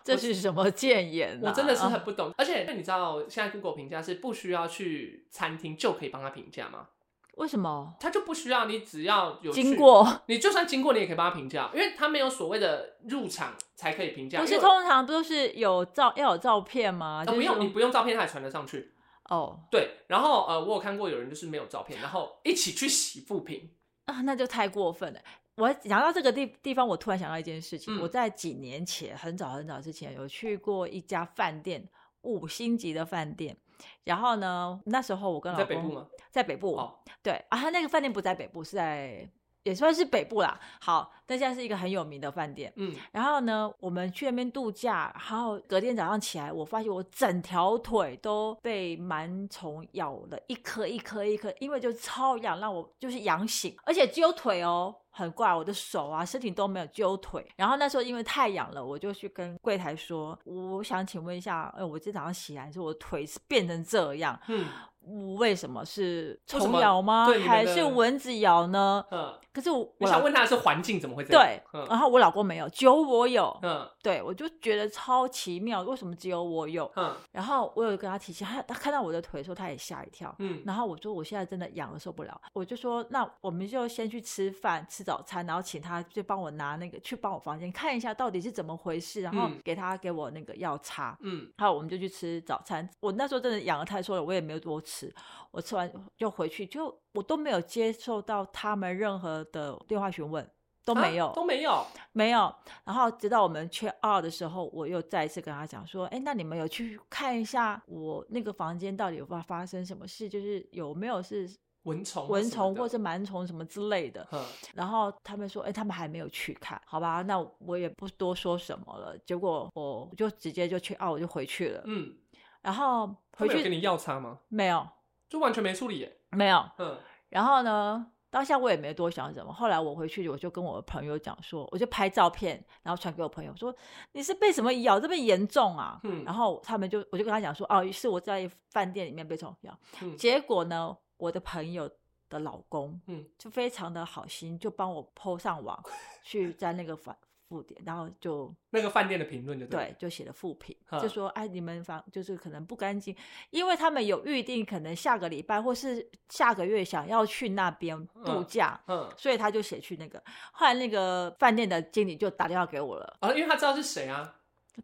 S1: 这是什么谏言、啊？
S2: 我真的是
S1: 啊
S2: 很不懂。而且你知道现在 Google 评价是不需要去餐厅就可以帮他评价吗？
S1: 为什么
S2: 他就不需要你只要有去
S1: 经。过？
S2: 你就算经过，你也可以帮他评价，因为他没有所谓的入场才可以评价。
S1: 不
S2: 因
S1: 是
S2: 为
S1: 通常不都是有照要有照片吗？
S2: 呃
S1: 就是
S2: 不用，
S1: 说
S2: 你不用照片，他也传得上去。
S1: 哦
S2: 对，然后呃，我有看过有人就是没有照片，然后一起去洗副屏。
S1: 啊，那就太过分了。我讲到这个地地方，我突然想到一件事情，
S2: 嗯
S1: 我在几年前很早很早之前有去过一家饭店，五星级的饭店。然后呢，那时候我跟
S2: 你
S1: 老
S2: 在
S1: 公
S2: 北部吗？
S1: 在北部
S2: 哦
S1: 对啊，他那个饭店不在北部，是在也算是北部啦。好，那现在是一个很有名的饭店。
S2: 嗯，
S1: 然后呢，我们去那边度假，然后隔天早上起来，我发现我整条腿都被螨虫咬了，一颗一颗一颗，因为就超痒，让我就是痒醒，而且揪腿哦。很怪，我的手啊、身体都没有揪腿。然后那时候因为太痒了，我就去跟柜台说：“我想请问一下，呃，我今天早上起来说我腿是变成这样，
S2: 嗯
S1: 我为什么是
S2: 为什
S1: 虫
S2: 么
S1: 咬吗
S2: 对你？们
S1: 还
S2: 的
S1: 是蚊子咬呢
S2: 呃，？”
S1: 可是我
S2: 我
S1: 我
S2: 想
S1: 老
S2: 问他的是环境怎么会这样？
S1: 对，哦然
S2: 嗯
S1: 后我老公没有，只有我有。
S2: 嗯
S1: 对，我就觉得超奇妙，为什么只有我有？
S2: 嗯
S1: 然后我有跟他提醒，他他看到我的腿的时候，他也吓一跳。
S2: 嗯
S1: 然后我说我现在真的痒了受不了，我就说那我们就先去吃饭吃早餐，然后请他就帮我拿那个去帮我房间看一下到底是怎么回事，然后
S2: 嗯
S1: 给他给我那个药擦。
S2: 嗯，
S1: 然后我们就去吃早餐。我那时候真的养的太瘦了，我也没有多吃。我吃完就回去，就我都没有接受到他们任何的电话询问，都
S2: 都
S1: 没有，
S2: 啊都没有。
S1: 没有。然后直到我们缺二的时候，我又再一次跟他讲说：“哎，那你们有去看一下我那个房间到底有没有发生什么事？就是有没有是
S2: 蚊虫啊
S1: 蚊虫或
S2: 者
S1: 是螨虫什么之类的？”
S2: 嗯
S1: 然后他们说：“哎，他们还没有去看，好吧？那我也不多说什么了。”结果我就直接就去二，我就回去了。
S2: 嗯，
S1: 然后
S2: 他
S1: 回
S2: 们有给
S1: 去
S2: 你药擦吗？
S1: 没有
S2: 就完全没处理耶。
S1: 没有，
S2: 嗯
S1: 然后呢，当下我也没多想什么。后来我回去，我就跟我朋友讲说，我就拍照片，然后传给我朋友说，你是被什么咬这么严重啊？
S2: 嗯，
S1: 然后他们就我就跟他讲说，哦，是我在饭店里面被虫咬。
S2: 嗯
S1: 结果呢，我的朋友。的老公，
S2: 嗯，
S1: 就非常的好心，就帮我 PO 上网，去在那个饭附点，然后就
S2: 那个饭店的评论就
S1: 对，就写了负评，
S2: 哈
S1: 就说哎，你们房就是可能不干净，因为他们有预定，可能下个礼拜或是下个月想要去那边度
S2: 嗯
S1: 假，
S2: 嗯
S1: 所以他就写去那个。后来那个饭店的经理就打电话给我了，
S2: 啊，因为他知道是谁啊，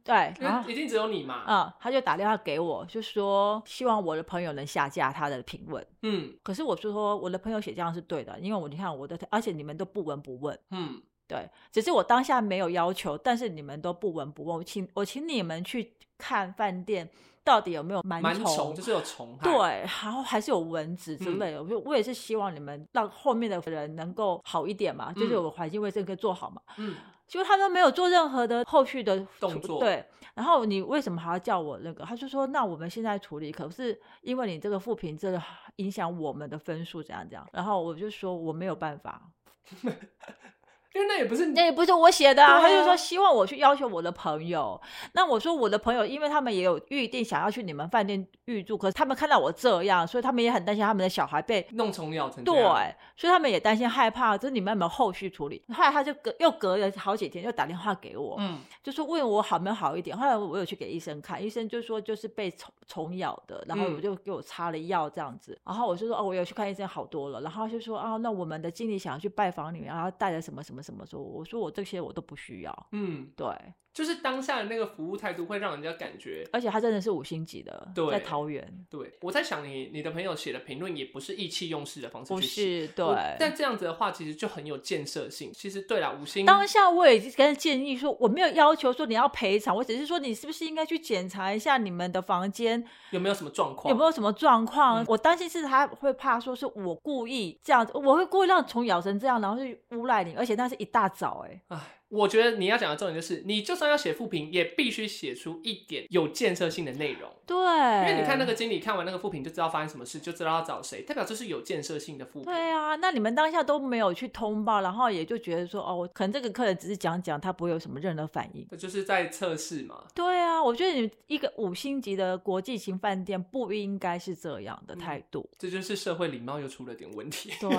S1: 对，
S2: 因
S1: 然后
S2: 为一定只有你嘛。
S1: 嗯，他就打电话给我，就说希望我的朋友能下架他的评论。
S2: 嗯
S1: 可是我是说，我的朋友写这样是对的，因为我你看我的，而且你们都不闻不问，
S2: 嗯，
S1: 对，只是我当下没有要求，但是你们都不闻不问，我请我请你们去看饭店到底有没有螨
S2: 螨
S1: 虫
S2: 虫，就是有虫害。嗯
S1: 对，，然后还是有蚊子之类的。我、就我也是希望你们让后面的人能够好一点嘛，就是
S2: 嗯
S1: 我环境卫生可以做好嘛。
S2: 嗯，
S1: 结果他都没有做任何的后续的
S2: 动
S1: 处
S2: 作
S1: 对，然后你为什么还要叫我那个？他就说，那我们现在处理，可是因为你这个负评真的影响我们的分数，怎样怎样。然后我就说我没有办法，
S2: 因为那也不是
S1: 那也不是我写的、啊，
S2: 对
S1: 他
S2: 啊
S1: 就说希望我去要求我的朋友。那我说我的朋友，因为他们也有预定想要去你们饭店预住，可是他们看到我这样，所以他们也很担心他们的小孩被
S2: 弄虫咬成这
S1: 对
S2: 样，，
S1: 所以他们也担心害怕，就是你们有没有后续处理？后来他就隔又隔了好几天，又打电话给我，
S2: 嗯
S1: 就说问我好没有好一点。后来我有去给医生看，医生就说就是被虫虫咬的，然后
S2: 嗯
S1: 我就给我擦了药这样子。然后我就说哦，我有去看医生，好多了。然后他就说啊，那我们的经理想要去拜访你们，然后带了什么什么什么说，我说我这些我都不需要。
S2: 嗯，
S1: 对，
S2: 就是当下的那个服务态度会让人家感觉。
S1: 而且他真的是五星级的，
S2: 对
S1: 在桃园，
S2: 对，我在想你你的朋友写的评论也不是意气用事的方式
S1: 不
S2: 去写，
S1: 是
S2: 我
S1: 对。
S2: 但这样子的话，其实就很有建设性。其实对啦，五星
S1: 当下我也跟他建议说，我没有要求说你要赔偿，我只是说你是不是应该去检查一下你们的房间
S2: 有没有什么状况？
S1: 有没有什么状况？
S2: 嗯
S1: 我担心是他会怕说是我故意这样，我会故意让虫咬成这样，然后去诬赖你，而且那是一大早哎、
S2: 唉，我觉得你要讲的重点就是，你就算要写复评，也必须写出一点有建设性的内容。
S1: 对，
S2: 因
S1: 因
S2: 为你看那个经理看完那个复评就知道发生什么事，就知道要找谁，代表这是有建设性的复评。
S1: 对啊，那你们当下都没有去通报，然后也就觉得说哦，我可能这个客人只是讲讲，他不会有什么任何反应。
S2: 这就是在测试嘛。
S1: 对啊，我觉得你一个五星级的国际型饭店不应该是这样
S2: 嗯
S1: 的态度。
S2: 这就是社会礼貌又出了点问题。
S1: 对，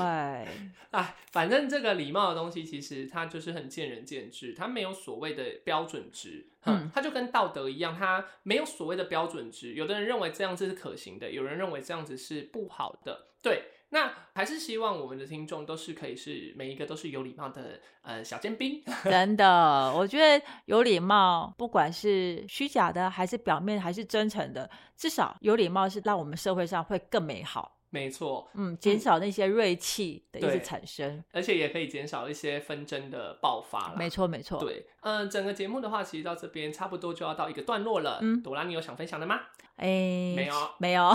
S2: 哎，反正这个礼貌的东西，其实它就是很见仁见智，它没有所谓的标准值。
S1: 嗯
S2: 嗯，它就跟道德一样，它没有所谓的标准值。有的人认为这样子是可行的，有人认为这样子是不好的。对，那还是希望我们的听众都是可以是每一个都是有礼貌的呃小尖兵。
S1: 真的，我觉得有礼貌，不管是虚假的，还是表面，还是真诚的，至少有礼貌是让我们社会上会更美好。
S2: 没错，
S1: 嗯，减少那些锐气的一直
S2: 对
S1: 产生。
S2: 而且也可以减少一些纷争的爆发啦。
S1: 没错，没错。
S2: 对，嗯、整个节目的话，其实到这边差不多就要到一个段落了。
S1: 嗯
S2: 嗯，朵拉，你有想分享的吗？
S1: 哎，
S2: 没
S1: 没
S2: 有
S1: 没有。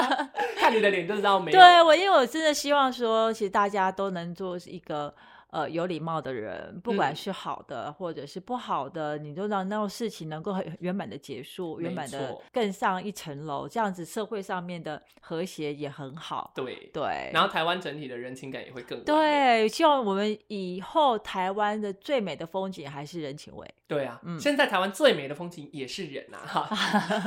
S2: 看你的脸就知道没有。
S1: 对我，因为我真的希望说，其实大家都能做一个呃有礼貌的人，不管
S2: 嗯
S1: 是好的、或者是不好的，你都让那种事情能够很圆满的结束，圆
S2: 没
S1: 满的
S2: 错
S1: 更上一层楼，这样子社会上面的和谐也很好。
S2: 对
S1: 对，
S2: 然后台湾整体的人情感也会更稳定
S1: 对，希望我们以后台湾的最美的风景还是人情味。
S2: 对啊，
S1: 嗯
S2: 现在台湾最美的风景也是人啊！哈，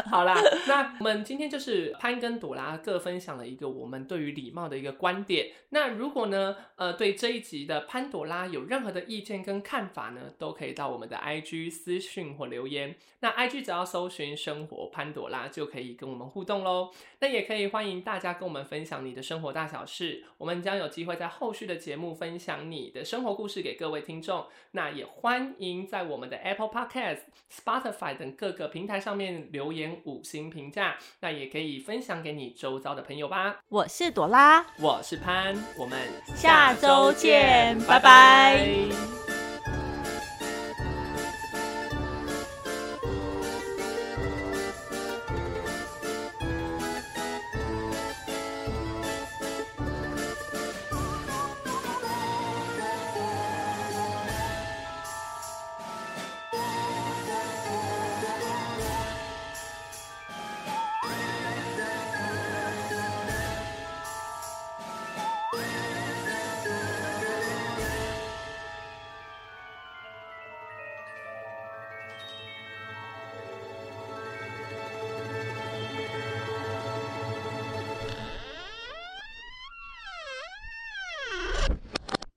S2: 好啦，那我们今天就是潘跟朵拉各分享了一个我们对于礼貌的一个观点。那如果呢，呃，对这一集的潘朵拉有任何的意见跟看法呢，都可以到我们的 IG 私讯或留言。那 IG 只要搜寻“生活潘朵拉”就可以跟我们互动喽。那也可以欢迎大家跟我们分享你的生活大小事，我们将有机会在后续的节目分享你的生活故事给各位听众。那也欢迎在我们的 Apple Podcast、Spotify 等各个平台上面留言五星评价，那也可以分享给你周遭的朋友吧。
S1: 我是朵拉，
S2: 我是潘，我们
S1: 下周见拜拜